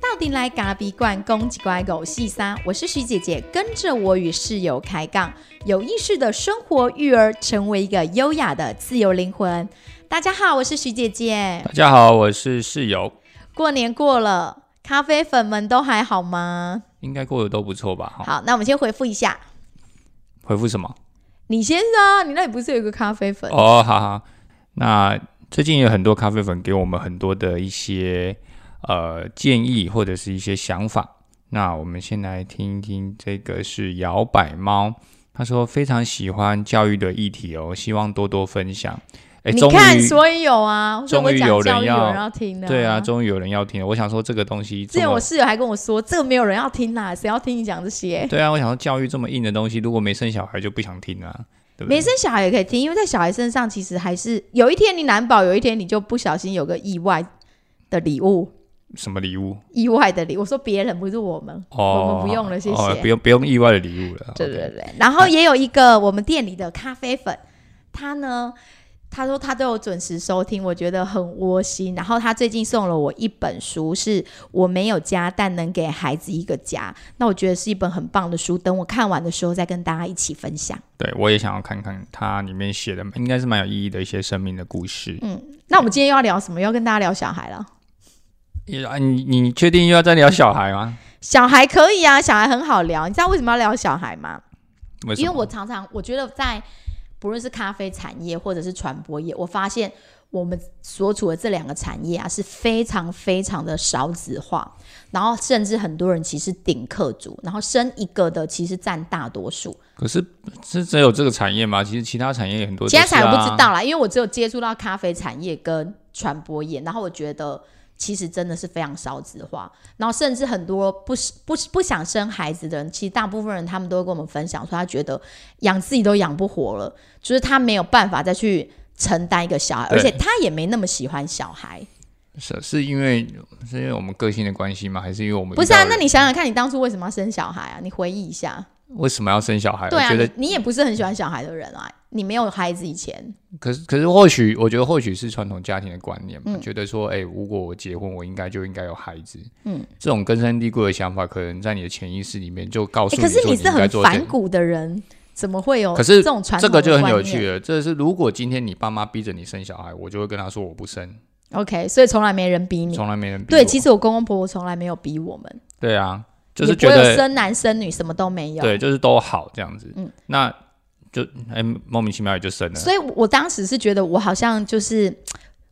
到底来咖比罐公鸡乖狗细沙，我是徐姐姐，跟着我与室友开杠，有意识的生活育儿，成为一个优雅的自由灵魂。大家好，我是徐姐姐大。家好，我是室友，过年过了，咖啡粉们都还好吗？应该过得都不错吧？哈，好，那我们先回复一下。回复什么？你先啊，你那里不是有一个咖啡粉？哦，好好。那最近有很多咖啡粉给我们很多的一些呃建议或者是一些想法。那我们先来听一听，这个是摇摆猫，他说非常喜欢教育的议题哦，希望多多分享。哎，你终看，于所以有啊，所以我终于讲有人教育有要人要听的、对啊，终于有人要听了。我想说这个东西之这前么我室友还跟我说，这个没有人要听啦，谁要听你讲这些？对啊，我想说教育这么硬的东西，如果没生小孩就不想听啊，对不没对？生小孩也可以听，因为在小孩身上其实还是有一天你难保有一天你就不小心有个意外的礼物，什么礼物？意外的礼物。我说别人不是我们，哦，我们不用了，谢谢。哦、不用不用意外的礼物了。对对 OK 对。然后也有一个我们店里的咖啡粉，他呢，他说他都有准时收听，我觉得很窝心。然后他最近送了我一本书，是我没有家，但能给孩子一个家。那我觉得是一本很棒的书，等我看完的时候再跟大家一起分享。对，我也想要看看它里面写的，应该是蛮有意义的一些生命的故事。那我们今天又要聊什么？又要跟大家聊小孩了。也啊，你你确定又要再聊小孩吗？小孩可以啊，小孩很好聊。你知道为什么要聊小孩吗？为什因么？为我常常我觉得在不论是咖啡产业或者是传播业，我发现我们所处的这两个产业啊是非常非常的少子化，然后甚至很多人其实顶客族，然后生一个的其实占大多数。可是是只有这个产业吗？其实其他产业也很多、啊其他产业业我不知。道啦，因为我只有接触到咖啡产业跟传播业，然后我觉得其实真的是非常少子化，然后甚至很多不是不是不想生孩子的人，其实大部分人他们都会跟我们分享说，他觉得养自己都养不活了，就是他没有办法再去承担一个小孩，对而且他也没那么喜欢小孩。啊是是因为是因为我们个性的关系吗？还是因为我们不是啊，遇到那了你想想看，你当初为什么要生小孩啊？你回忆一下。为什么要生小孩？对啊，我觉你得你也不是很喜欢小孩的人啊，你没有孩子以前，可是可是或许我觉得或许是传统家庭的观念嗯嘛，觉得说，哎、如果我结婚，我应该就应该有孩子。嗯，这种根深蒂固的想法，可能在你的潜意识里面就告诉诶你哎可说是你你是应该很做这反骨的人，怎么会有可是这种传这统个的就很有观念趣了。这是如果今天你爸妈逼着你生小孩，我就会跟他说我不生， OK，所以从来没人逼你。从来没人逼嗯对，我其实我公公婆婆从来没有逼我们，对啊，就也是不觉会有得生男生女，什么都没有。对，就是都好这样子。嗯那就哎、莫名其妙也就生了。所以我我当时是觉得我好像就是。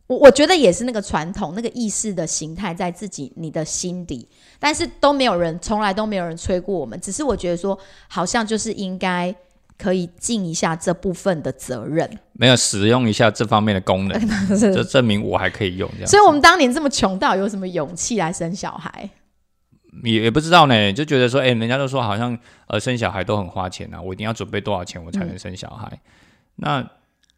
我我觉得也是那个传统、那个意识的形态在自己你的心底，但是都没有人，从来都没有人催过我们。只是我觉得说，好像就是应该可以尽一下这部分的责任。没有使用一下这方面的功能， 就证明我还可以用这样。所以我们当年这么穷，到底有什么勇气来生小孩？也也不知道呢，就觉得说，哎、人家都说好像呃生小孩都很花钱啊，我一定要准备多少钱我才能生小孩？那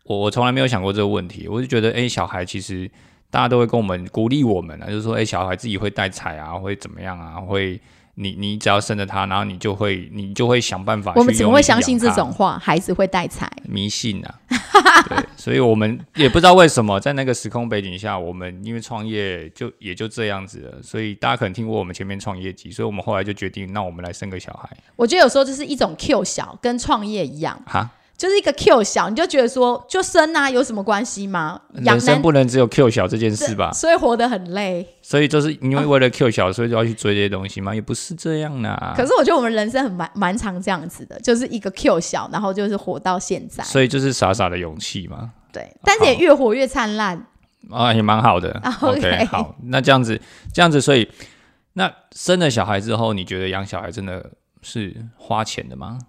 我我从来没有想过这个问题，我就觉得，哎、小孩其实大家都会跟我们鼓励我们啊，就是说，哎、小孩自己会带彩啊，会怎么样啊，会你你只要生着他，然后你就会你就会想办法去我用力养他。们怎么会相信这种话？孩子会带财？迷信啊， 对，所以我们也不知道为什么在那个时空背景下，我们因为创业就也就这样子了，所以大家可能听过我们前面创业集，所以我们后来就决定，那我们来生个小孩我觉得有时候就是一种 Q 小，跟创业一样。哈，就是一个 Q 小，你就觉得说就生啊，有什么关系吗？养人男生不能只有 Q 小这件事吧？所以活得很累。所以就是因为为了 Q 小，所以就要去追这些东西嘛，也不是这样啦、可是我觉得我们人生很蛮蛮常这样子的，就是一个 Q 小，然后就是活到现在，所以就是傻傻的勇气嘛，对，但是也越活越灿烂。啊，也蛮好的 啊。OK OK，, 好，那这样子，这样子，所以那生了小孩之后，你觉得养小孩真的是花钱的吗？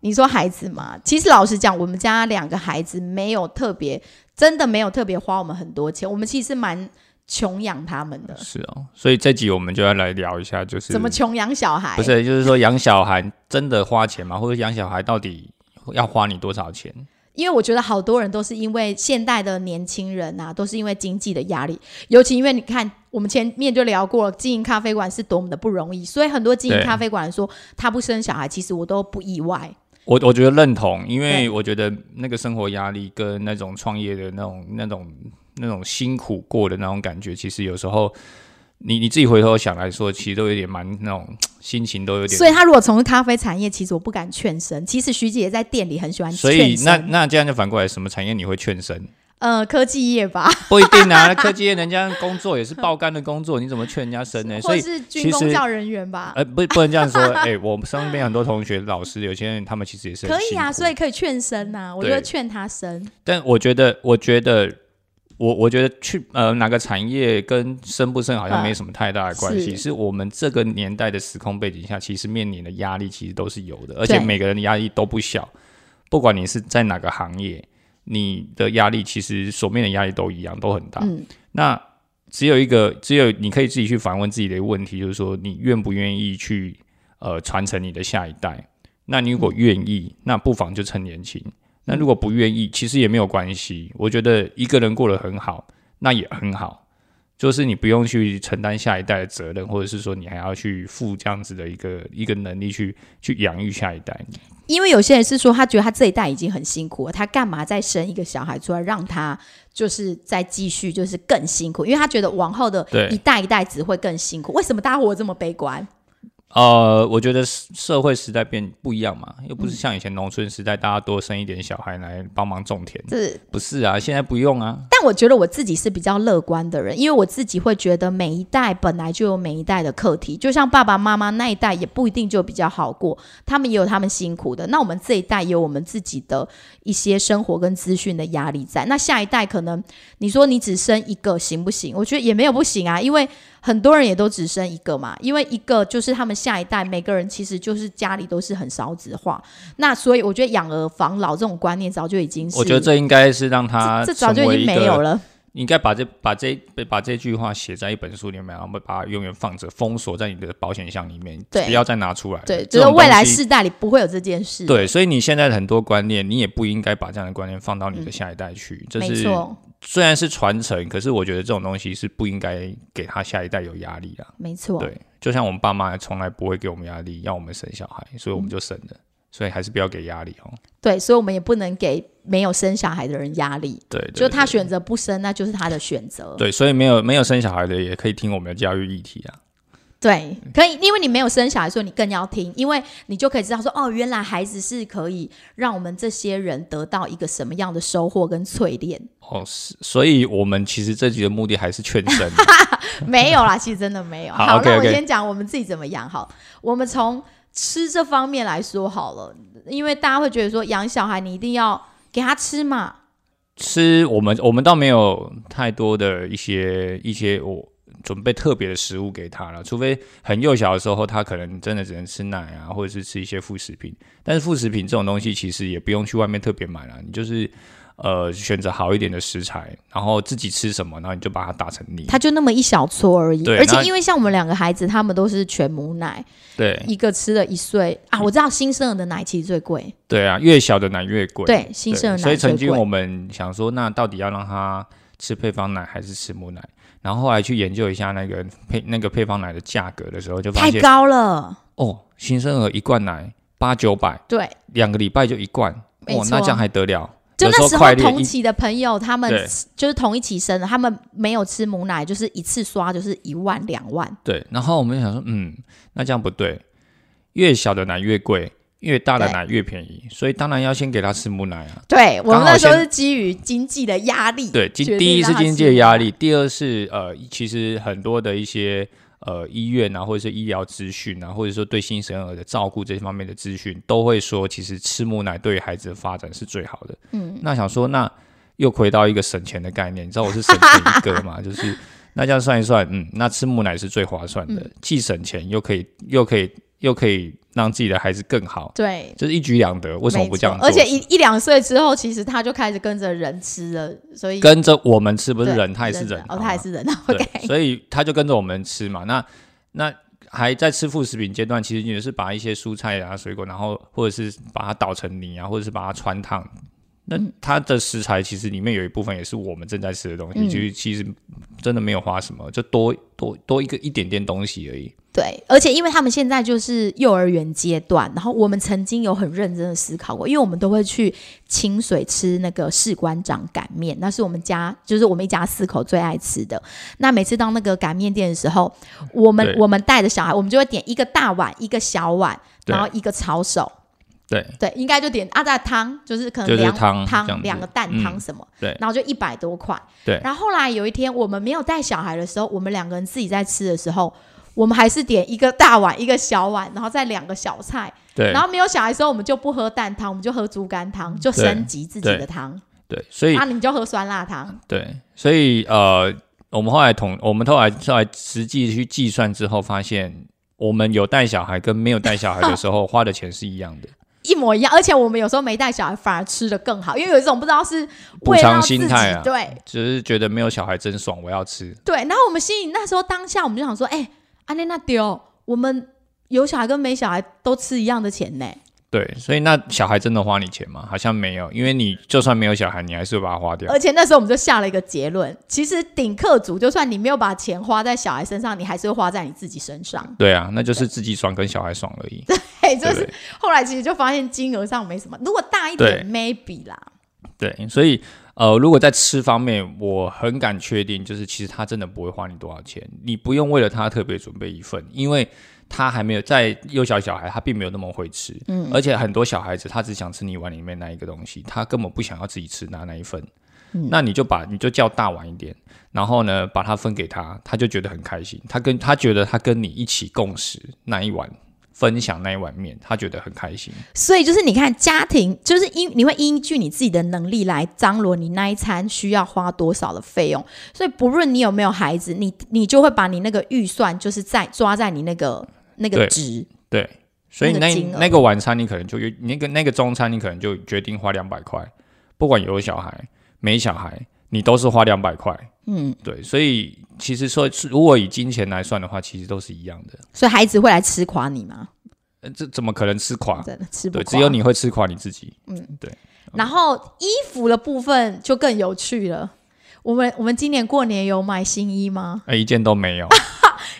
你说孩子嘛，其实老实讲，我们家两个孩子没有特别，真的没有特别花我们很多钱，我们其实蛮穷养他们的，是哦，所以这集我们就要来聊一下，就是怎么穷养小孩？不是，就是说养小孩真的花钱吗？或者养小孩到底要花你多少钱？因为我觉得好多人都是因为现代的年轻人啊，都是因为经济的压力，尤其因为你看我们前面就聊过了，经营咖啡馆是多么的不容易，所以很多经营对咖啡馆说他不生小孩，其实我都不意外。我我觉得认同，因对为我觉得那个生活压力跟那种创业的那种、那种、那种辛苦过的那种感觉，其实有时候你你自己回头想来说，其实都有点蛮那种心情都有点。所以他如果从事咖啡产业，其实我不敢劝生。其实徐姐在店里很喜欢劝所生，以那那这样就反过来，什么产业你会劝生？呃科技业吧，不一定啊，科技业人家工作也是爆肝的工作，你怎么劝人家生呢？哎所或 以是军其工实教人员吧，呃，不不能这样说。哎、我们身边很多同学、老师，有些人他们其实也是很可以啊，辛苦所以可以劝生呐、我就对会劝他生。但我觉得，我觉得，我我觉得去呃哪个产业跟生不生好嗯像没什么太大的关系，是是我们这个年代的时空背景下，其实面临的压力其实都是有的，而且对每个人的压力都不小，不管你是在哪个行业，你的压力其实所面的压力都一样，都很大。嗯，那只有一个，只有你可以自己去反问自己的问题，就是说你愿不愿意去呃传承你的下一代？那你如果愿意，那不妨就趁年轻；那如果不愿意，其实也没有关系。我觉得一个人过得很好，那也很好，就是你不用去承担下一代的责任，或者是说你还要去负这样子的一个一个能力去去养育下一代。因为有些人是说，他觉得他这一代已经很辛苦了，他干嘛再生一个小孩出来，让他就是再继续就是更辛苦？因为他觉得往后的对一代一代只会更辛苦。为什么大家活这么悲观？呃，我觉得社社会时代变不一样嘛，又不是像以前农村时代，大家多生一点小孩来帮忙种田。这不是啊，现在不用啊。但我觉得我自己是比较乐观的人，因为我自己会觉得每一代本来就有每一代的课题，就像爸爸妈妈那一代也不一定就比较好过，他们也有他们辛苦的。那我们这一代也有我们自己的一些生活跟资讯的压力在。那下一代可能你说你只生一个行不行？我觉得也没有不行啊，因为很多人也都只生一个嘛，因为一个就是他们下一代每个人其实就是家里都是很少子化，那所以我觉得养儿防老这种观念早就已经是，我觉得这应该是让他这这早就已经没有，了。应该把这把这把这句话写在一本书里面，然后把它永远放着，封锁在你的保险箱里面，对不要再拿出来了。对，这就是种未来东西世代里不会有这件事。，对，所以你现在很多观念，你也不应该把这样的观念放到你的下一代去。嗯这没是错，虽然是传承，可是我觉得这种东西是不应该给他下一代有压力啊。没错。对，就像我们爸妈从来不会给我们压力，要我们生小孩，所以我们就生了。所以还是不要给压力哦。对，所以我们也不能给没有生小孩的人压力，对，对就他对选择不生，那就是他的选择。对，所以没有没有生小孩的也可以听我们的教育议题啊。对，可以，因为你没有生小孩，所以你更要听，因为你就可以知道说，哦，原来孩子是可以让我们这些人得到一个什么样的收获跟淬炼。哦，是，所以我们其实这集的目的还是劝生。没有啦，其实真的没有。好好， OK，那我 OK 先讲我们自己怎么养好。我们从吃这方面来说好了，因为大家会觉得说养小孩你一定要给他吃嘛，吃我们我们倒没有太多的一些一些我准备特别的食物给他了，除非很幼小的时候，他可能真的只能吃奶啊，或者是吃一些副食品。但是副食品这种东西其实也不用去外面特别买了，你就是呃选择好一点的食材，然后自己吃什么，然后你就把它打成泥。他就那么一小撮而已。对而且那因为像我们两个孩子，他们都是全母奶，对嗯一个吃了一岁啊，我知道新生儿的奶其实最贵，对啊，越小的奶越贵。对，新对，生儿所奶以最曾经我贵。们想说，那到底要让他吃配方奶还是吃母奶？然后后来去研究一下那个配那个配方奶的价格的时候，就发太现高了，哦，新生儿一罐奶八九百，对，两个礼拜就一罐，没哇，错那这样还得了？就有时那候时候快列同一期的朋友，他们对就是同一起生的，他们没有吃母奶，就是一次刷就是一万两万，对，然后我们就想说，嗯，那这样不对，越小的奶越贵，越大的对奶越便宜，所以当然要先给他吃母奶啊。对我们刚好那时候先是基于经济的压力，对，经决定第一让是他经吃济的压母奶力，第二是呃，其实很多的一些呃医院啊，或者是医疗资讯啊，或者说对新生儿的照顾这方面的资讯，都会说其实吃母奶对于孩子的发展是最好的。嗯，那想说那又回到一个省钱的概念，你知道我是省钱一 哥嘛，就是那这样算一算，嗯，那吃母奶是最划算嗯的，既省钱又可以又可以又可以让自己的孩子更好，对，就是一举两得。为什么没不这样错做？而且一一两岁之后，其实他就开始跟着人吃了，所以跟着我们吃不是对人，他也是人，哦，好他也吗是人，OK，对，所以他就跟着我们吃嘛。那那还在吃副食品阶段，其实也是把一些蔬菜啊、水果，然后或者是把它捣成泥啊，或者是把它穿烫，那嗯它的食材其实里面有一部分也是我们正在吃的东西，嗯其实其实真的没有花什么，就多多多一个一点点东西而已。对，而且因为他们现在就是幼儿园阶段，然后我们曾经有很认真的思考过，因为我们都会去清水吃那个士官长擀面，那是我们家就是我们一家四口最爱吃的。那每次到那个擀面店的时候，我们对我们带着小孩，我们就会点一个大碗，一个小碗，对然后一个炒手，对对，应该就点啊，大汤就是可能就是两汤这样子两个蛋嗯汤什么，对然后就一百多块，对然后后来有一天我们没有带小孩的时候，我们两个人自己在吃的时候，我们还是点一个大碗一个小碗，然后再两个小菜，对嗯然后没有小孩的时候我们就不喝蛋汤，我们就喝猪肝汤，就升级自己的汤，对，所以啊，你们就喝酸辣汤，对，所以呃，我们后来统，我们后来后来实际去计算之后，发现我们有带小孩跟没有带小孩的时候花的钱是一样的，一模一样。而且我们有时候没带小孩反而吃的更好，因为有一种不知道是补为了偿让自己心态啊对，只是觉得没有小孩真爽，我要吃。对，然后我们心里那时候当下我们就想说，哎、安内那丢，我们有小孩跟没小孩都吃一样的钱呢。对，所以那小孩真的花你钱吗？好像没有，因为你就算没有小孩，你还是会把它花掉。而且那时候我们就下了一个结论，其实顶客族就算你没有把钱花在小孩身上，你还是会花在你自己身上。对啊，那就是自己爽跟小孩爽 而已，对嘿，不就对？是后来其实就发现金额上没什么，如果大一点 maybe 啦。对，所以呃，如果在吃方面，我很敢确定，就是其实他真的不会花你多少钱，你不用为了他特别准备一份，因为他还没有在幼小小孩，他并没有那么会吃，嗯，而且很多小孩子他只想吃你碗里面那一个东西，他根本不想要自己吃拿那一份。那你就把你就叫大碗一点，然后呢，把它分给他，他就觉得很开心。他跟他觉得他跟你一起共食那一碗，分享那一碗面，他觉得很开心。所以就是你看家庭，就是因你会依据你自己的能力来张罗你那一餐需要花多少的费用。所以不论你有没有孩子，你你就会把你那个预算就是在抓在你那个那个对值。对，所以那个那金额那个晚餐你可能就约那个那个中餐你可能就决定花两百块，不管有小孩没小孩，你都是花两百块。嗯，对，所以其实说如果以金钱来算的话，其实都是一样的。所以孩子会来吃垮你吗？呃这怎么可能吃垮？真的吃不啊对，垮。只有。你会吃垮你自己。然后衣服的部分就更有趣了。我们我们今年过年有买新衣吗？哎，一件都 没有，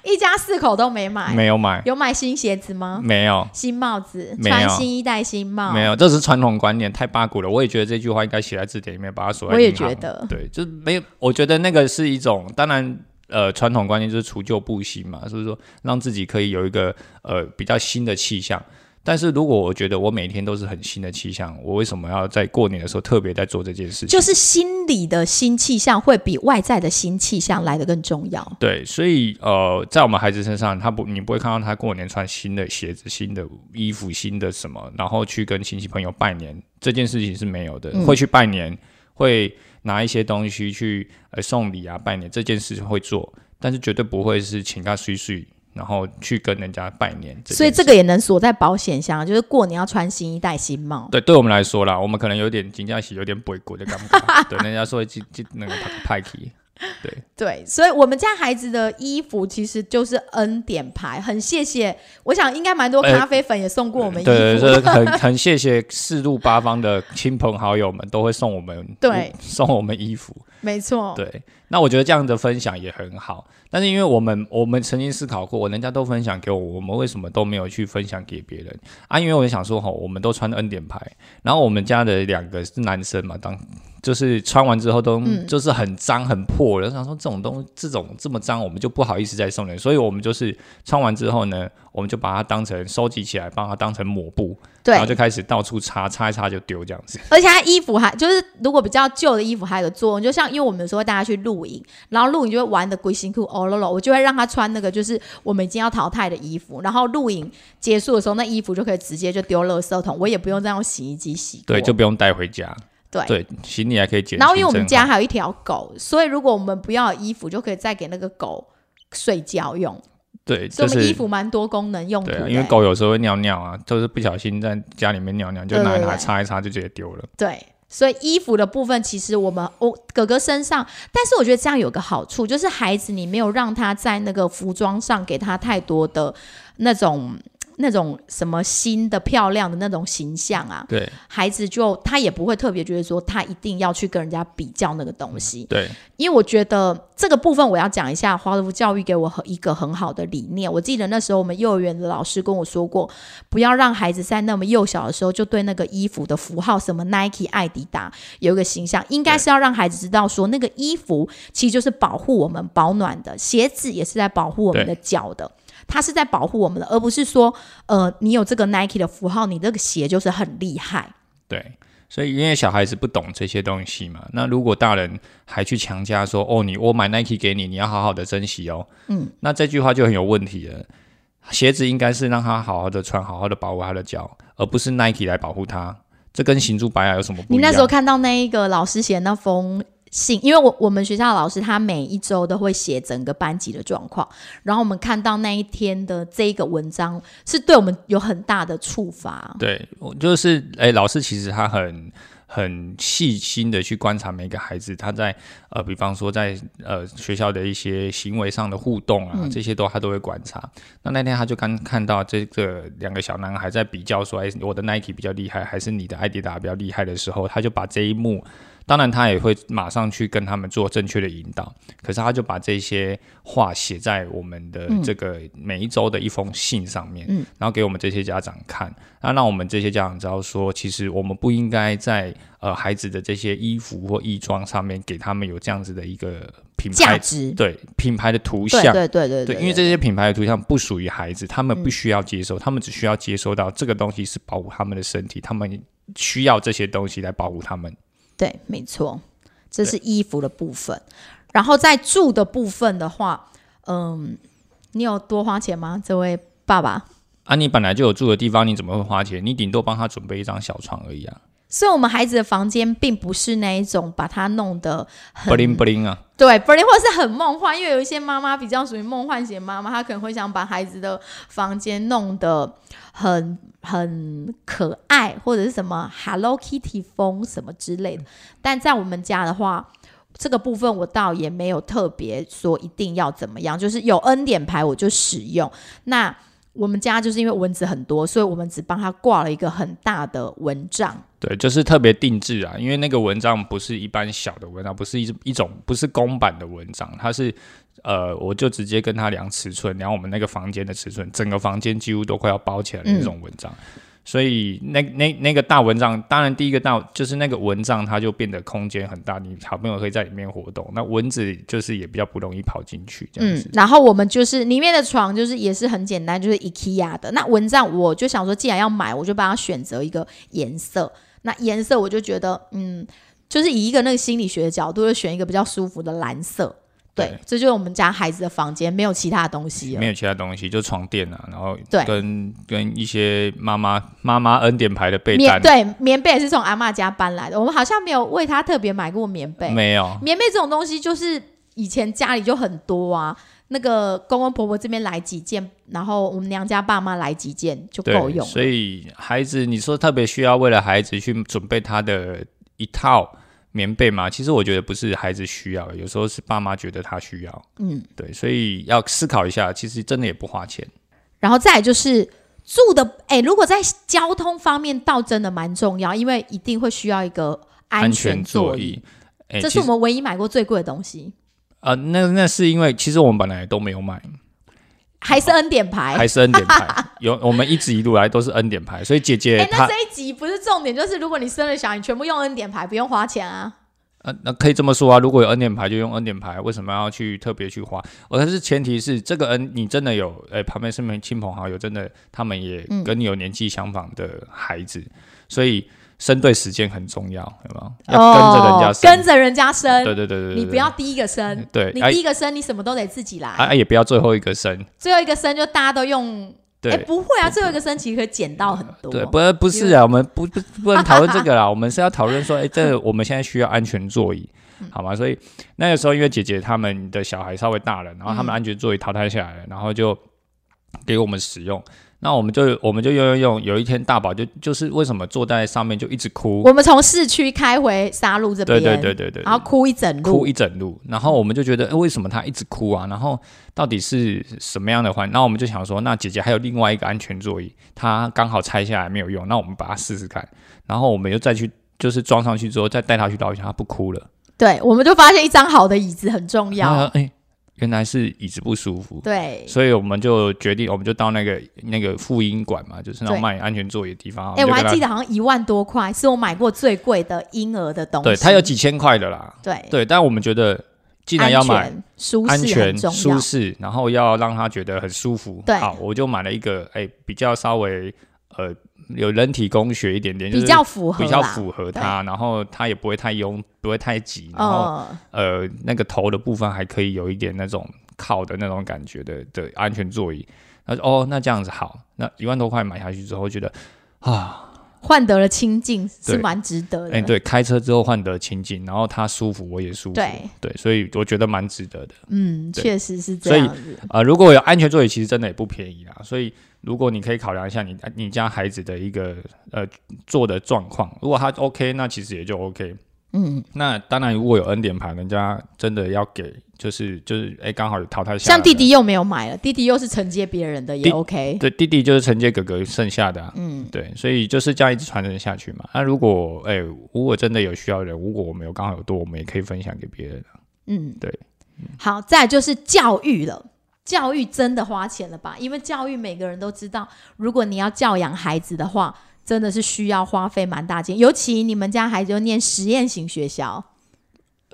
一家四口都没买。没有买，有买新鞋子吗？没有。新帽子，没有穿新衣戴新帽。没有，这是传统观念，太八股了。我也觉得这句话应该写在字典里面，把它锁在我也银行觉得对，就是没有。我觉得那个是一种，当然，呃，传统观念就是除旧布新嘛，所以说让自己可以有一个呃比较新的气象。但是如果我觉得我每天都是很新的气象，我为什么要在过年的时候特别在做这件事情？就是心理的新气象会比外在的新气象来的更重要。对，所以呃，在我们孩子身上，他不，你不会看到他过年穿新的鞋子、新的衣服、新的什么，然后去跟亲戚朋友拜年，这件事情是没有的。嗯会去拜年，会拿一些东西去呃送礼啊、拜年，这件事情会做，但是绝对不会是请他睡睡，然后去跟人家拜年件事。所以这个也能锁在保险箱，就是过年要穿新衣戴新帽。对，对我们来说啦，我们可能有点金假期，有点不会过的感觉。 对，人家说这这那个派气，对，所以我们家孩子的衣服其实就是恩典牌，很谢谢。我想应该蛮多呃咖啡粉也送过我们衣服。对，这很 很谢谢四路八方的亲朋好友们都会送我们对 哦送我们衣服。没错，对，那我觉得这样的分享也很好，但是因为我们我们曾经思考过，人家都分享给我，我们为什么都没有去分享给别人啊？因为我想说吼，我们都穿恩典牌，然后我们家的两个是男生嘛，当就是穿完之后都、嗯就是很脏很破了，然后想说这种东西这种这么脏，我们就不好意思再送人，所以我们就是穿完之后呢，我们就把它当成收集起来，把它当成抹布，对然后就开始到处擦，擦一擦就丢这样子。而且它衣服还就是，如果比较旧的衣服，还有个作用，就像因为我们有时候会带他去露营，然后露营就会玩的鬼辛苦哦喽喽，我就会让他穿那个就是我们已经要淘汰的衣服，然后露营结束的时候，那衣服就可以直接就丢垃圾桶，我也不用再用洗衣机洗过。对，就不用带回家。对对，行李还啊可以减。哎然后因为我们家还有一条狗，所以如果我们不要有衣服，就可以再给那个狗睡觉用，对，所以我就们衣是服蛮多功能用途对的、啊，因为狗有时候会尿尿啊，就是不小心在家里面尿尿，就对拿一对拿对擦一擦就直接丢了。对，所以衣服的部分，其实我们我、哥哥身上，但是我觉得这样有个好处，就是孩子你没有让他在那个服装上给他太多的那种。那种什么新的漂亮的那种形象啊，对孩子就他也不会特别觉得说他一定要去跟人家比较那个东西，对，因为我觉得这个部分我要讲一下华德福教育给我很一个很好的理念。我记得那时候我们幼儿园的老师跟我说过，不要让孩子在那么幼小的时候就对那个衣服的符号，什么 Nike、艾迪达有一个形象，应该是要让孩子知道说那个衣服其实就是保护我们保暖的，鞋子也是在保护我们的脚的。它是在保护我们的，而不是说，呃，你有这个 Nike 的符号，你这个鞋就是很厉害。对，所以因为小孩子不懂这些东西嘛，那如果大人还去强加说哦，你我买 Nike 给你，你要好好的珍惜哦，嗯，那这句话就很有问题了。鞋子应该是让他好好的穿，好好的保护他的脚，而不是 Nike 来保护他。这跟行珠白雅有什么不一你样？那时候看到那一个老师写那封信，因为我我们学校的老师他每一周都会写整个班级的状况，然后我们看到那一天的这一个文章，是对我们有很大的触发。对，我就是哎、老师其实他很很细心的去观察每个孩子，他在呃，比方说在呃学校的一些行为上的互动啊，这些都他都会观察。那那天他就刚看到这个两个小男孩在比较说，哎、我的 Nike 比较厉害，还是你的艾迪达比较厉害的时候，他就把这一幕。当然，他也会马上去跟他们做正确的引导。可是，他就把这些话写在我们的嗯这个每一周的一封信上面，然后给我们这些家长看。那让我们这些家长知道说，其实我们不应该在呃孩子的这些衣服或衣装上面给他们有这样子的一个品价牌，值，对品牌的图对像。对对对嗯对，因为这些品牌的图像不属于孩子，他们不需要接受，他们只需要接收到这个东西是保护他们的身体，他们需要这些东西来保护他们。对，没错，这是衣服的部分。然后在住的部分的话，嗯，你有多花钱吗？这位爸爸，啊，你本来就有住的地方，你怎么会花钱？你顶多帮他准备一张小床而已啊，所以我们孩子的房间并不是那一种把它弄得很不灵不灵啊，对，不然或是很梦幻，因为有一些妈妈比较属于梦幻型妈妈，她可能会想把孩子的房间弄得很很可爱，或者是什么 Hello Kitty 风什么之类的。但在我们家的话，这个部分我倒也没有特别说一定要怎么样，就是有恩典牌我就使用。那我们家就是因为蚊子很多，所以我们只帮他挂了一个很大的蚊帐。对，就是特别定制啊，因为那个文章不是一般小的文章，不是一一种不是公版的文章，它是呃，我就直接跟他量尺寸，量我们那个房间的尺寸，整个房间几乎都快要包起来的那种文章。所以那那那个大蚊帐，当然第一个大就是那个蚊帐，它就变得空间很大，你小朋友可以在里面活动。那蚊子就是也比较不容易跑进去，这样嗯子。，然后我们就是里面的床就是也是很简单，就是 IKEA 的。那蚊帐我就想说，既然要买，我就帮他选择一个颜色。那颜色我就觉得，嗯，就是以一个那个心理学的角度，就选一个比较舒服的蓝色。对，对这就是我们家孩子的房间，没有其他东西了没。有其他东西，就床垫啊，然后对跟跟一些妈妈妈妈恩典牌的被棉单，对棉被也是从阿嬷家搬来的，我们好像没有为他特别买过棉被。没有，棉被这种东西就是以前家里就很多啊，那个公公婆婆这边来几件，然后我们娘家爸妈来几件就对，够用了。所以孩子，你说特别需要为了孩子去准备他的一套棉被吗？其实我觉得不是孩子需要，有时候是爸妈觉得他需要。嗯，对，所以要思考一下，其实真的也不花钱。然后再来就是住的，哎、如果在交通方面倒真的蛮重要，因为一定会需要一个安全座座椅，，哎、这其是我实们唯一买过最贵的东西，呃，那那是因为其实我们本来都没有买，还是恩典牌。还是恩典牌，有我们一直一路来都是恩典牌，所以姐哎、姐她那这一集不是重点，就是如果你生了小孩，你全部用恩典牌，不用花钱啊。呃，那可以这么说啊，如果有恩典牌就用恩典牌，为什么要去特别去花？而、但是前提是这个恩你真的有，哎、旁边身边亲朋好友真的他们也嗯跟你有年纪相仿的孩子，所以生对时间很重要，有没有？要跟着人家哦生，跟着人家生，对对对对对，你不要第一个生，对，你哎第一个生你什么都得自己来，啊啊也不要最后一个生，最后一个生就大家都用。对。哎，不会啊，最后一个生其实可以捡到很多。对，不不是啊，我们不不不能讨论这个啦， 我们是要讨论说，哎、这个我们现在需要安全座椅，嗯好吗？所以那个时候，因为姐姐他们嗯的小孩稍微大了，然后他们安全座椅淘汰下来了，然后就给我们使用。那我们就我们就用用用，有一天大宝就就是为什么坐在上面就一直哭，我们啊从市区开回沙鹿这对边，对对对对，然后哭一整路哭，一整路，然后我们就觉得，哎、为什么他一直哭啊？然后到底是什么样的环？那我们就想说，那姐姐还有另外一个安全座椅，它刚好拆下来没有用，那我们把它试试看。然后我们又再去，就是装上去之后，再带他去绕一下，他不哭了。对，我们就发现一张好的椅子很重然后要，他说，哎、原来是椅子不舒服，对。所以我们就决定，我们就到那个那个妇婴馆嘛，就是那种对卖安全座椅的地方。哎、们我就跟还他记得好像一万多块，是我买过最贵的婴儿的东西。对，它有几千块的啦。对对，但我们觉得，既然要买，舒安适全很、重要舒，适，然后要让他觉得很舒服。对好，我就买了一个，哎、比较稍微呃有人体工学一点点，就比是较符合啦，比较符合他，然后他也不会太拥，不会太挤，然后、嗯，呃那个头的部分还可以有一点那种靠的那种感觉的的安全座椅。他说哦，那这样子好，那一万多块买下去之后，觉得啊，换得了清净是对蛮值得的。哎、对，开车之后换得清静，然后他舒服，我也舒服，对所以我觉得蛮值得的。嗯，对确实是这所以样子。啊，如果有安全座椅，其实真的也不便宜啦。所以如果你可以考量一下你你家孩子的一个呃坐的状况，如果他 OK，那其实也就 OK。嗯，那当然，如果有恩典牌，人家真的要给，就是就是，哎、刚好有淘汰下来像的弟弟又没有买了，弟弟又是承接别人的，也弟 OK。对弟弟就是承接哥哥剩下的、啊，嗯，对，所以就是这样一直传承下去嘛。那、如果哎、如果真的有需要的人，如果我们有刚好有多，我们也可以分享给别人啊。嗯，对。好，再来就是教育了。教育真的花钱了吧？因为教育每个人都知道，如果你要教养孩子的话，真的是需要花费蛮大钱。尤其你们家孩子又念实验型学校，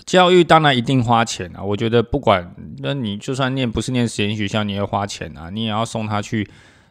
教育当然一定花钱啊，我觉得不管那你就算念不是念实验学校，你也花钱啊，你也要送他去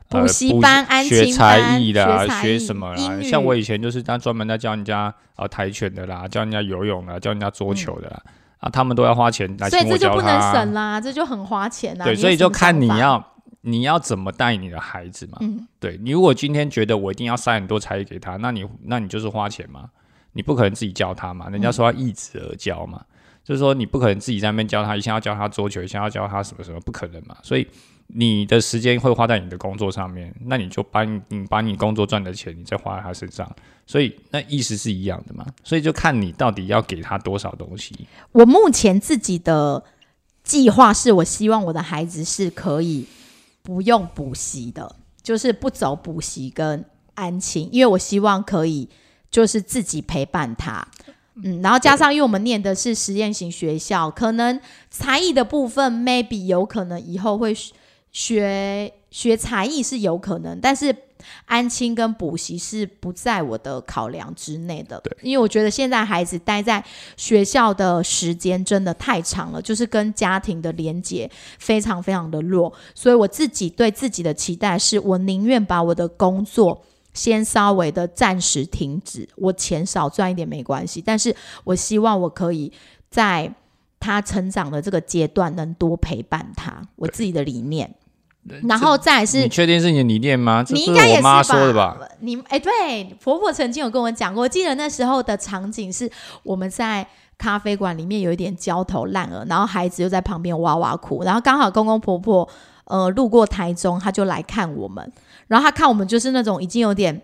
呃补习班安学亲才班艺的啊学，才学艺什么啦英？语像我以前就是他专门在教人家呃跆拳的啦，教人家游泳的啦，教人家桌球的啦，啊，他们都要花钱嗯来所请以我这就教不他能啊。省啦，这就很花钱啦。对，有所以什就么看你想法要你要怎么带你的孩子嘛。嗯对你如果今天觉得我一定要塞很多才艺给他，那你那你就是花钱嘛，你不可能自己教他嘛，人嗯家说要易子而教嘛，就是说你不可能自己在那边教他，一下要教他桌球，一下要教他什么什么，不可能嘛，所以。你的时间会花在你的工作上面，那你就把你你把你工作赚的钱，你再花在他身上，所以那意思是一样的嘛，所以就看你到底要给他多少东西。我目前自己的计划是，我希望我的孩子是可以不用补习的，就是不走补习跟安亲，因为我希望可以就是自己陪伴他。嗯，然后加上，因为我们念的是实验型学校，可能才艺的部分，maybe 有可能以后会学学学才艺是有可能，但是安亲跟补习是不在我的考量之内的。对，因为我觉得现在孩子待在学校的时间真的太长了，就是跟家庭的连接非常非常的弱，所以我自己对自己的期待是，我宁愿把我的工作先稍微的暂时停止，我钱少赚一点没关系，但是我希望我可以在他成长的这个阶段能多陪伴他，我自己的理念。然后再来是你确定是你的理念吗？这你不应该也我是妈说的吧？？你哎、对，婆婆曾经有跟我讲过，我记得那时候的场景是我们在咖啡馆里面有一点焦头烂额，然后孩子又在旁边哇哇哭，然后刚好公公婆婆呃路过台中，他就来看我们，然后他看我们就是那种已经有点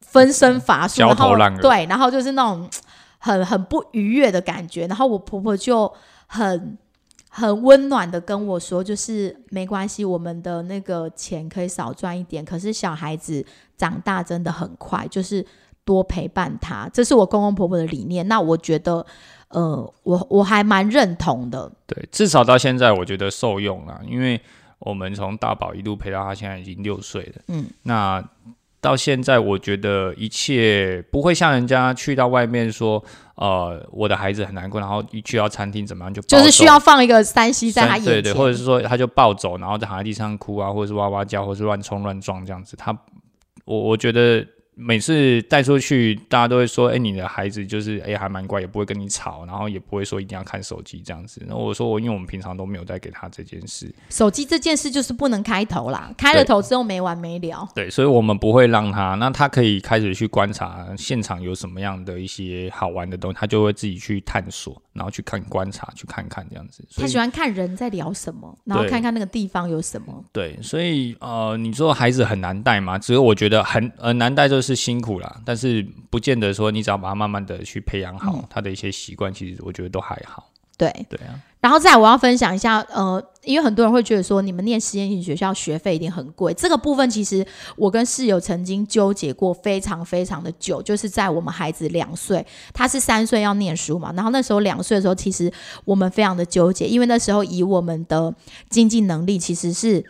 分身乏术，焦然后头烂额对，然后就是那种很很不愉悦的感觉，然后我婆婆就很。很温暖的跟我说，就是没关系，我们的那个钱可以少赚一点，可是小孩子长大真的很快，就是多陪伴他，这是我公公婆婆的理念。那我觉得，呃，我我还蛮认同的。对，至少到现在我觉得受用了，因为我们从大宝一路陪到他现在已经六岁了，嗯，那到现在我觉得一切不会像人家去到外面说，呃，我的孩子很难过，然后一去到餐厅怎么样就暴就是走需要放一个山西在他眼前，对对，或者是说他就暴走，然后就躺在地上哭啊，或者是哇哇叫，或是乱冲乱撞这样子。他，我我觉得每次带出去，大家都会说，哎、你的孩子就是哎、还蛮乖，也不会跟你吵，然后也不会说一定要看手机这样子。那我说我因为我们平常都没有在给他这件事，手机这件事就是不能开头啦，开了头之后没完没了。对，所以我们不会让他，那他可以开始去观察现场有什么样的一些好玩的东西，他就会自己去探索，然后去看观察，去看看这样子。所他以喜欢看人在聊什么，然后对看看那个地方有什么。对，所以呃，你说孩子很难带吗？只有我觉得很呃难带就是辛苦啦，但是不见得说你只要把他慢慢的去培养好、他的一些习惯，其实我觉得都还好。对，对啊，然后再来我要分享一下，呃，因为很多人会觉得说，你们念实验型学校学费一定很贵。这个部分其实我跟室友曾经纠结过非常非常的久，就是在我们孩子两岁，他是三岁要念书嘛，然后那时候两岁的时候，其实我们非常的纠结，因为那时候以我们的经济能力，其实是。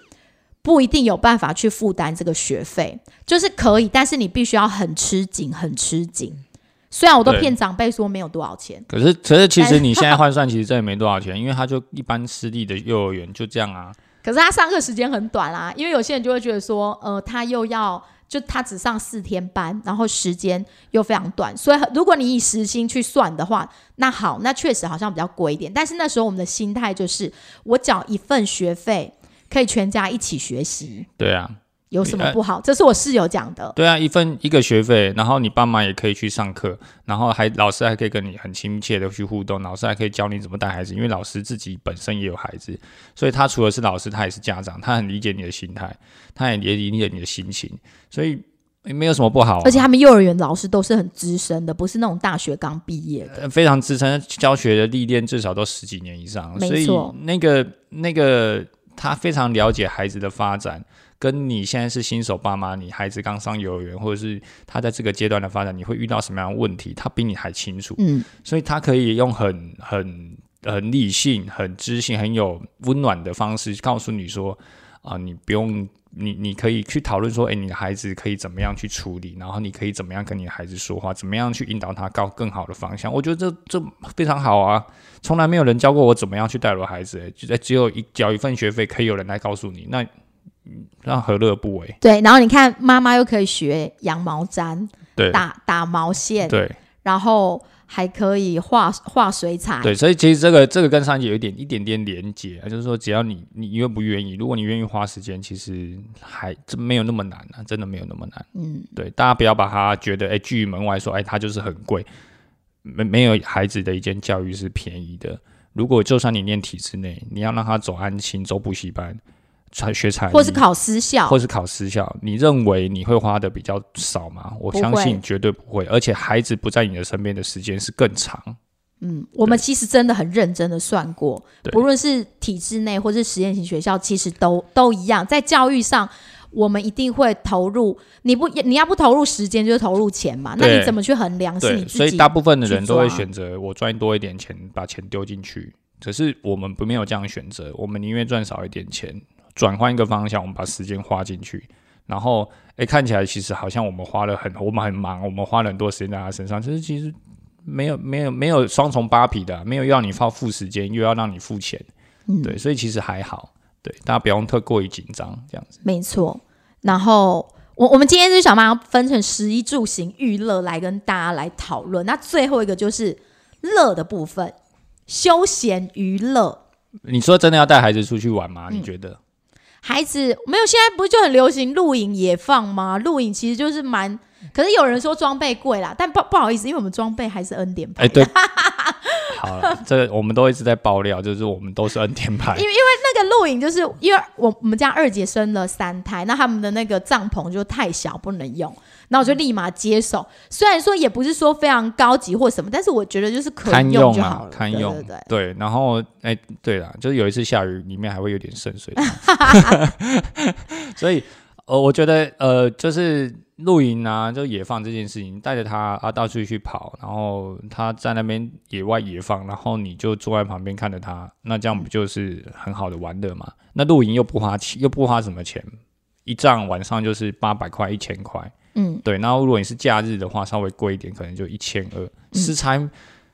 不一定有办法去负担这个学费，就是可以，但是你必须要很吃紧，很吃紧。虽然我都对骗长辈说没有多少钱，可是可是其实你现在换算，其实真的没多少钱，因为他就一般私立的幼儿园就这样啊。可是他上课时间很短啦、因为有些人就会觉得说，呃，他又要就他只上四天班，然后时间又非常短，所以很如果你以时薪去算的话，那好，那确实好像比较贵一点。但是那时候我们的心态就是，我缴一份学费，可以全家一起学习，对啊，有什么不好？这是我室友讲的。对啊，一份一个学费，然后你爸妈也可以去上课，然后还老师还可以跟你很亲切的去互动，老师还可以教你怎么带孩子，因为老师自己本身也有孩子，所以他除了是老师，他也是家长，他很理解你的心态，他也理解你的心情，所以诶没有什么不好、啊。而且他们幼儿园老师都是很资深的，不是那种大学刚毕业的。呃非常资深，教学的历练至少都十几年以上，没所以错那个那个他非常了解孩子的发展，跟你现在是新手爸妈，你孩子刚上幼儿园，或者是他在这个阶段的发展，你会遇到什么样的问题，他比你还清楚，嗯，所以他可以用很很很理性、很知性、很有温暖的方式告诉你说，啊、你不用。你你可以去讨论说，哎、你的孩子可以怎么样去处理，然后你可以怎么样跟你的孩子说话，怎么样去引导他到更好的方向。我觉得这这非常好啊，从来没有人教过我怎么样去带我的孩子、诶就在只有一缴一份学费，可以有人来告诉你，那嗯那何乐不为？对。然后你看，妈妈又可以学羊毛毡、对打打毛线，对然后还可以画画水彩，对，所以其实这个这个跟上一集有一点一点点连接，就是说只要你你愿不愿意，如果你愿意花时间，其实还这没有那么难啊，真的没有那么难。嗯，对，大家不要把它觉得哎拒于门外说，哎它就是很贵，没没有孩子的一间教育是便宜的。如果就算你念体制内，你要让他走安心、走补习班、才学才艺，或是考私校，或是考私校，你认为你会花的比较少吗？我不会相信绝对不会，而且孩子不在你的身边的时间是更长。嗯，我们其实真的很认真的算过，对不论是体制内或是实验型学校，其实都都一样，在教育上。我们一定会投入，你不你要不投入时间，就是投入钱嘛。那对你怎么去衡量哦是你对，所自以己？大部分的人去都抓啊会选择我赚多一点钱，把钱丢进去。可是我们不没有这样选择，我们宁愿赚少一点钱，转换一个方向，我们把时间花进去。然后，哎，看起来其实好像我们花了很，我们很忙，我们花了很多时间在他身上，其实其实没有没有没有双重扒皮的啊、没有要你付付时间，又要让你付钱，嗯对，所以其实还好，对，大家不用特过于紧张这样子。没错。然后我我们今天就想把它分成食衣住行娱乐来跟大家来讨论。那最后一个就是乐的部分，休闲娱乐。你说真的要带孩子出去玩嗯吗？你觉得？孩子没有，现在不是就很流行露营野放吗？露营其实就是蛮，可是有人说装备贵啦，但不不好意思，因为我们装备还是恩典牌，哎，对，好了，这个我们都一直在爆料，就是我们都是恩典牌因，为因为那个露营就是因为我我们家二姐生了三胎，那他们的那个帐篷就太小不能用，那我就立马接手。虽然说也不是说非常高级或什么，但是我觉得就是可堪以用就好啊了，，堪对用，对对。对然后，哎，对啦，就是有一次下雨，里面还会有点渗水， 所以，呃，我觉得，呃，就是露营啊，就野放这件事情，带着他啊到处去跑，然后他在那边野外野放，然后你就坐在旁边看着他，那这样不就是很好的玩乐嘛？那露营又不花钱，又不花什么钱，一站晚上就是八百块、一千块。嗯，嗯对，然后如果你是假日的话，稍微贵一点，可能就一千二。食材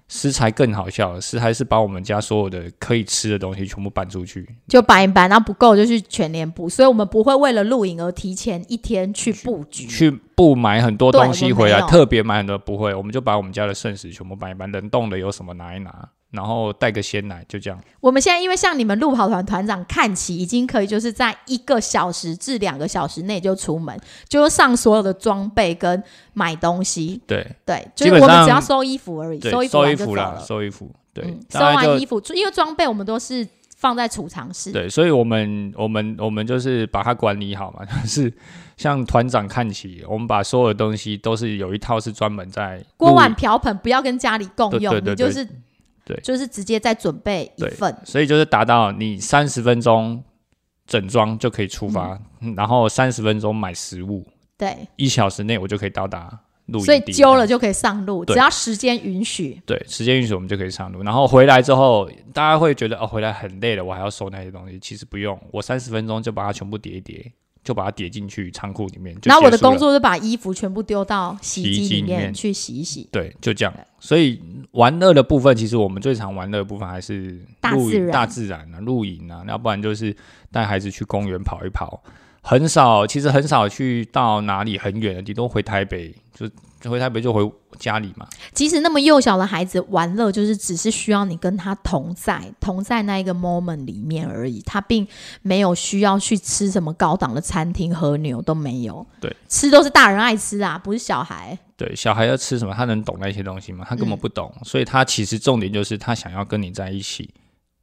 食材更好笑了，食材是把我们家所有的可以吃的东西全部搬出去，就搬一搬，然后不够就去全联补，所以我们不会为了露营而提前一天去布局。去不买很多对东西我们回来没，有特别买很多不会，我们就把我们家的剩食全部搬一搬，冷冻的有什么拿一拿，然后带个鲜奶，就这样。我们现在因为像你们路跑团团长看齐，已经可以就是在一个小时至两个小时内就出门，就上所有的装备跟买东西。对对，就是基本我们上只要收衣服而已，对，收衣服收完衣就走服啦，了。收衣服，对，嗯，收大概就完衣服，因为装备我们都是放在储藏室。对，所以我们我们我们就是把它管理好嘛， 就是像团长看齐，我们把所有的东西都是有一套是专门在锅碗录影，瓢盆不要跟家里共对用，对对你就是对就是直接再准备一对份。所以就是达到你三十分钟整装就可以出发，嗯然后三十分钟买食物，对，一小时内我就可以到达露营所以地揪了就可以上路，对只要时间允许。对，时间允许我们就可以上路。然后回来之后，大家会觉得哦，回来很累了，我还要收那些东西。其实不用，我三十分钟就把它全部叠一叠，就把它叠进去仓库里面。就然后我的结束了工作是把衣服全部丢到洗衣洗衣机机里里面面去洗一洗。对，就这样。所以玩乐的部分，其实我们最常玩乐的部分还是大露自营、然大自然啊，露营啊，要不然就是带孩子去公园跑一跑。很少，其实很少去到哪里很远的地，都回台北，就就回台北就回家里嘛。其实那么幼小的孩子玩乐，就是只是需要你跟他同在，同在那一个 moment 里面而已。他并没有需要去吃什么高档的餐厅、和牛都没有。对，吃都是大人爱吃啊，不是小孩。对，小孩要吃什么，他能懂那些东西吗？他根本嗯不懂，所以他其实重点就是他想要跟你在一起，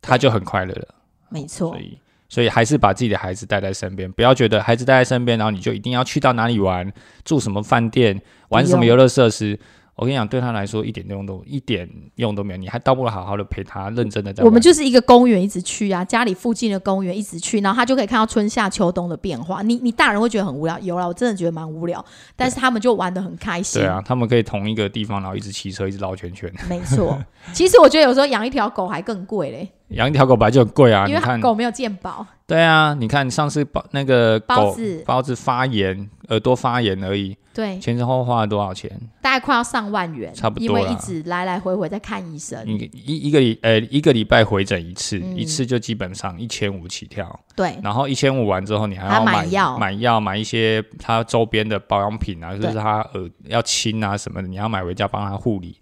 他就很快乐了。没错所，以，所以还是把自己的孩子带在身边，不要觉得孩子带在身边，然后你就一定要去到哪里玩，住什么饭店，玩什么游乐设施。我跟你讲，对他来说一点用都一点用都没有，你还倒不如好好的陪他，认真的在我们玩就是一个公园一直去啊，家里附近的公园一直去，然后他就可以看到春夏秋冬的变化。你你大人会觉得很无聊，有啦，我真的觉得蛮无聊，但是他们就玩的很开心。对啊，他们可以同一个地方，然后一直骑车，一直绕圈圈。没错，其实我觉得有时候养一条狗还更贵嘞，养一条狗本来就很贵啊，因你为它看，狗没有健保。对啊，你看上次包那个狗包子包子发炎，耳朵发炎而已，对，前前后后花了多少钱？大概快要上万元，差不多因为啦嗯一直来来回回在看医生。你一一个礼呃一个礼拜回诊一次，呃嗯一次就基本上一千五起跳。对，然后一千五完之后，你还还要买买药买药买一些他周边的保养品啊，就是他耳要清啊什么的，你要买回家帮他护理。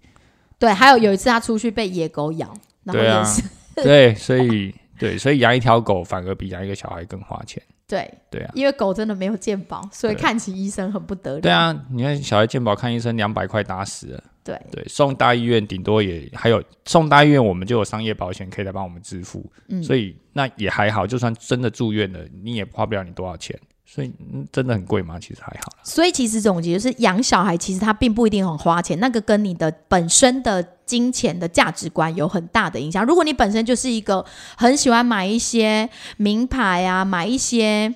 对，还有有一次他出去被野狗咬，然后对啊也是 对，所以对，所以养一条狗反而比养一个小孩更花钱。对对啊，因为狗真的没有健保，所以对看起医生很不得了。对，啊，你看小孩健保看医生两百块打死了，对对，送大医院顶多也还有送大医院，我们就有商业保险可以来帮我们支付，嗯所以那也还好，就算真的住院了，你也花不了你多少钱，所以、嗯真的很贵吗？其实还好啦。所以其实总结就是，养小孩其实他并不一定很花钱，那个跟你的本身的金钱的价值观有很大的影响。如果你本身就是一个很喜欢买一些名牌啊，买一些。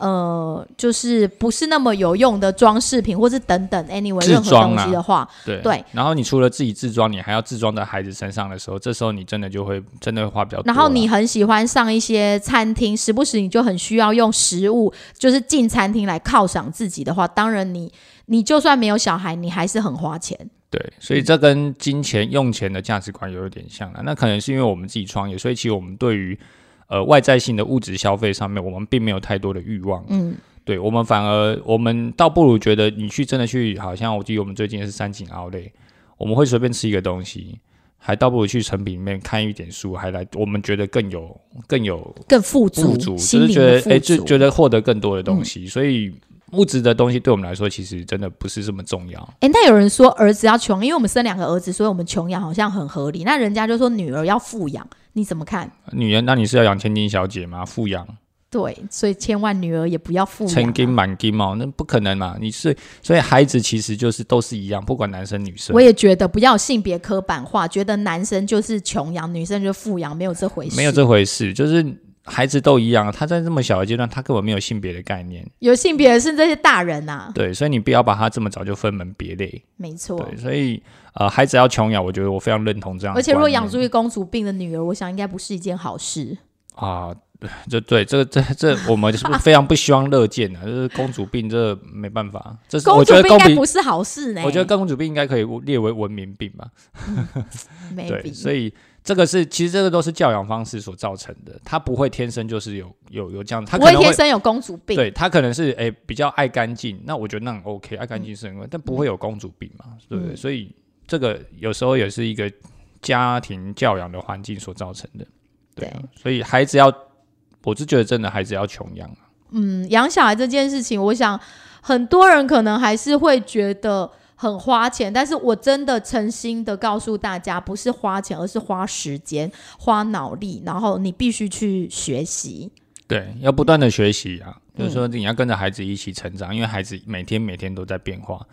呃，就是不是那么有用的装饰品，或是等等，anyway，自任何装东啊西的话，对对然后你除了自己自装，你还要自装在孩子身上的时候，这时候你真的就会真的会花比较多啦。啊然后你很喜欢上一些餐厅，时不时你就很需要用食物，就是进餐厅来犒赏自己的话，当然你你就算没有小孩，你还是很花钱。对，所以这跟金钱用钱的价值观有一点像了。那可能是因为我们自己创业，所以其实我们对于呃外在性的物质消费上面，我们并没有太多的欲望。嗯，对我们反而我们倒不如觉得你去真的去，好像我记得我们最近是三井奥莱，我们会随便吃一个东西。还倒不如去成品里面看一点书，还来我们觉得更有更有更富足，富足，就嗯心是灵觉得的哎、富诶足。嗯就觉得获得更多的东西，所以物质的东西对我们来说，其实真的不是这么重要。哎、那有人说儿子要穷，因为我们生两个儿子，所以我们穷养好像很合理。那人家就说女儿要富养，你怎么看？女人，那你是要养千金小姐吗？富养啊对，所以千万女儿也不要富养千金啊。满金哦，那不可能嘛！你是所以孩子其实就是都是一样，不管男生女生我，也觉得不要性别刻板化，觉得男生就是穷养，女生就富养，没有这回事。没有这回事，就是孩子都一样。他在这么小的阶段，他根本没有性别的概念，有性别的是这些大人呐、啊，对，所以你不要把他这么早就分门别类，没错。对，所以呃，孩子要穷养，我觉得我非常认同这样的而观念。且如果养出一个公主病的女儿，我想应该不是一件好事。啊、就对，这这这，我们是不是非常不希望乐见的、 就是公主病，这没办法，这是我公主觉得病应公该比不，欸是好事呢。我觉得公主病应该可以列为文明病吧。对， maybe 所以这个是其实这个都是教养方式所造成的，他不会天生就是有有有这样，他不可会能天会生有公主病，对他可能是诶、比较爱干净，那我觉得那很 OK，爱干净是很 OK，、但不会有公主病嘛，对不对？嗯所以这个有时候也是一个家庭教养的环境所造成的，对,、啊对所以孩子要，我是觉得真的孩子要穷养，嗯，养小孩这件事情，我想很多人可能还是会觉得很花钱，但是我真的诚心的告诉大家，不是花钱，而是花时间、花脑力，然后你必须去学习。对，要不断的学习啊，嗯就是说你要跟着孩子一起成长，因为孩子每天每天都在变化，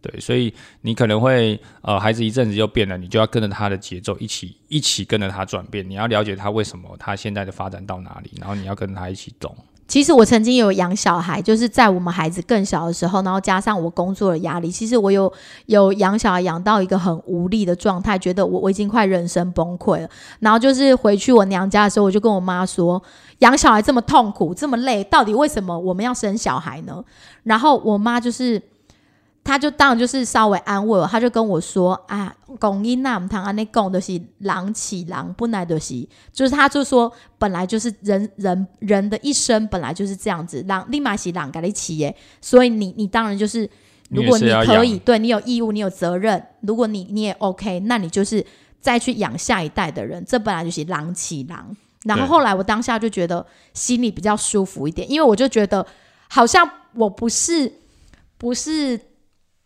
对，所以你可能会呃，孩子一阵子就变了，你就要跟着他的节奏一起一起跟着他转变，你要了解他为什么他现在的发展到哪里，然后你要跟他一起懂。其实我曾经有养小孩，就是在我们孩子更小的时候，然后加上我工作的压力，其实我有有养小孩养到一个很无力的状态，觉得我我已经快人生崩溃了。然后就是回去我娘家的时候，我就跟我妈说，养小孩这么痛苦，这么累，到底为什么我们要生小孩呢？然后我妈就是。她就当然就是稍微安慰我，她就跟我说啊，公因呐，唔通安尼讲，就是狼起狼，本来就是就是他就说，本来就是人人人的一生本来就是这样子，让立马洗朗咖喱起耶，所以你你当然就是，你也如果是你要可养以，对你有义务，你有责任，如果你你也 OK，那你就是再去养下一代的人，这本来就是狼起狼。然后对后来我当下就觉得心里比较舒服一点，因为我就觉得好像我不是不是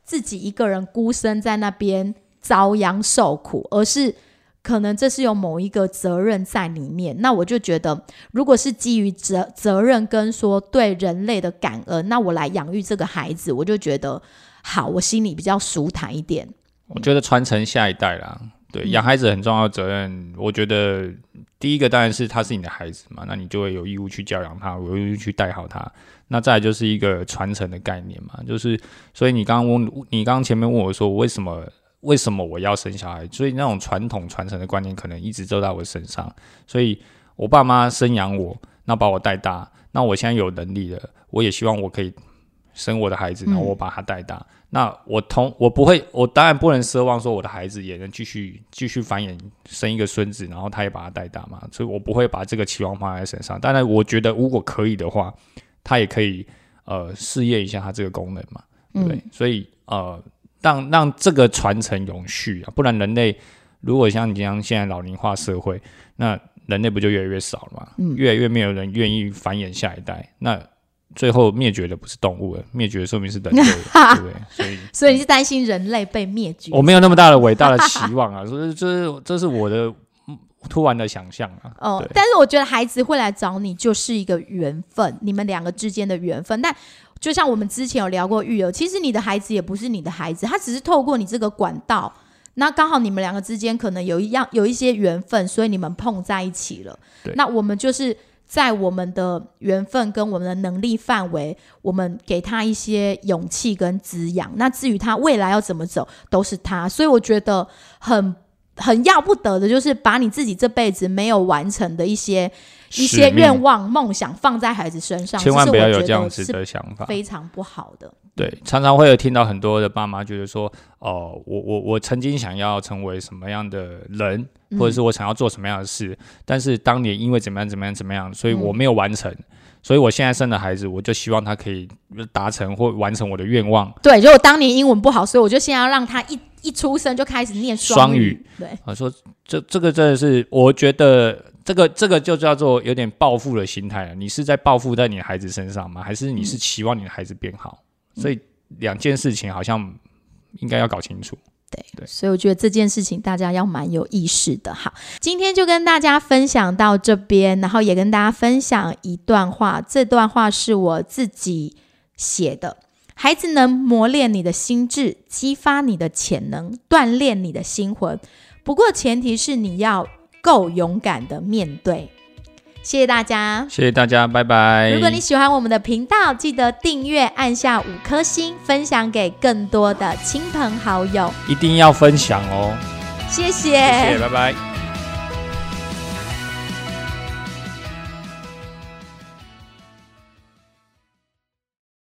自己一个人孤身在那边遭殃受苦，而是可能这是有某一个责任在里面。那我就觉得，如果是基于责责任跟说对人类的感恩，那我来养育这个孩子，我就觉得好，我心里比较舒坦一点。我觉得传承下一代啦，对，养孩子很重要的责任。我觉得第一个当然是他是你的孩子嘛，那你就会有义务去教养他，有义务去带好他。那再来就是一个传承的概念嘛，就是所以你刚刚问，你刚刚前面问我说我为什么？为什么我要生小孩？所以那种传统传承的观念可能一直都在我身上。所以我爸妈生养我，那把我带大，那我现在有能力了，我也希望我可以生我的孩子，然后我把他带大。那我同我不会，我当然不能奢望说我的孩子也能继续继续繁衍，生一个孙子，然后他也把他带大嘛，所以我不会把这个期望放在身上。当然，我觉得如果可以的话，他也可以呃试验一下他这个功能嘛，对不对？嗯，所以呃，让让这个传承永续啊，不然人类如果像你这样现在老龄化社会，那人类不就越来越少了嘛？嗯越来越没有人愿意繁衍下一代，那最后灭绝的不是动物了，灭绝说明是人 类了，对不对？所以。所以你是担心人类被灭绝？我没有那么大的伟大的期望啊， 所以这是这是我的嗯突然的想象啊。哦对，但是我觉得孩子会来找你就是一个缘分，你们两个之间的缘分。但就像我们之前有聊过育儿，其实你的孩子也不是你的孩子，他只是透过你这个管道，那刚好你们两个之间可能有一样有一些缘分，所以你们碰在一起了对。那我们就是在我们的缘分跟我们的能力范围，我们给他一些勇气跟滋养。那至于他未来要怎么走，都是他。所以我觉得很很要不得的，就是把你自己这辈子没有完成的一些一些使命愿望、梦想放在孩子身上，千万这不是要我有觉这样得子是的想法。非常不好的。对，常常会有听到很多的爸妈觉得说，哦、我我我曾经想要成为什么样的人，嗯或者是我想要做什么样的事，但是当年因为怎么样怎么样怎么样，所以嗯我没有完成，所以我现在生了孩子，我就希望他可以达成或完成我的愿望。对，就我当年英文不好，所以我就现在要让他一一出生就开始念双语语。对，啊，说这这个真的是，我觉得这个这个就叫做有点报复的心态了。你是在报复在你的孩子身上吗？还是嗯你是期望你的孩子变好？所以两件事情好像应该要搞清楚。对所以我觉得这件事情大家要蛮有意识的。好，今天就跟大家分享到这边，然后也跟大家分享一段话，这段话是我自己写的。孩子能磨练你的心智，激发你的潜能，锻炼你的心魂。不过前提是你要够勇敢的面对。谢谢大家。谢谢大家，拜拜。如果你喜欢我们的频道，记得订阅、按下五颗星，分享给更多的亲朋好友。一定要分享哦， 谢谢，谢谢，拜拜。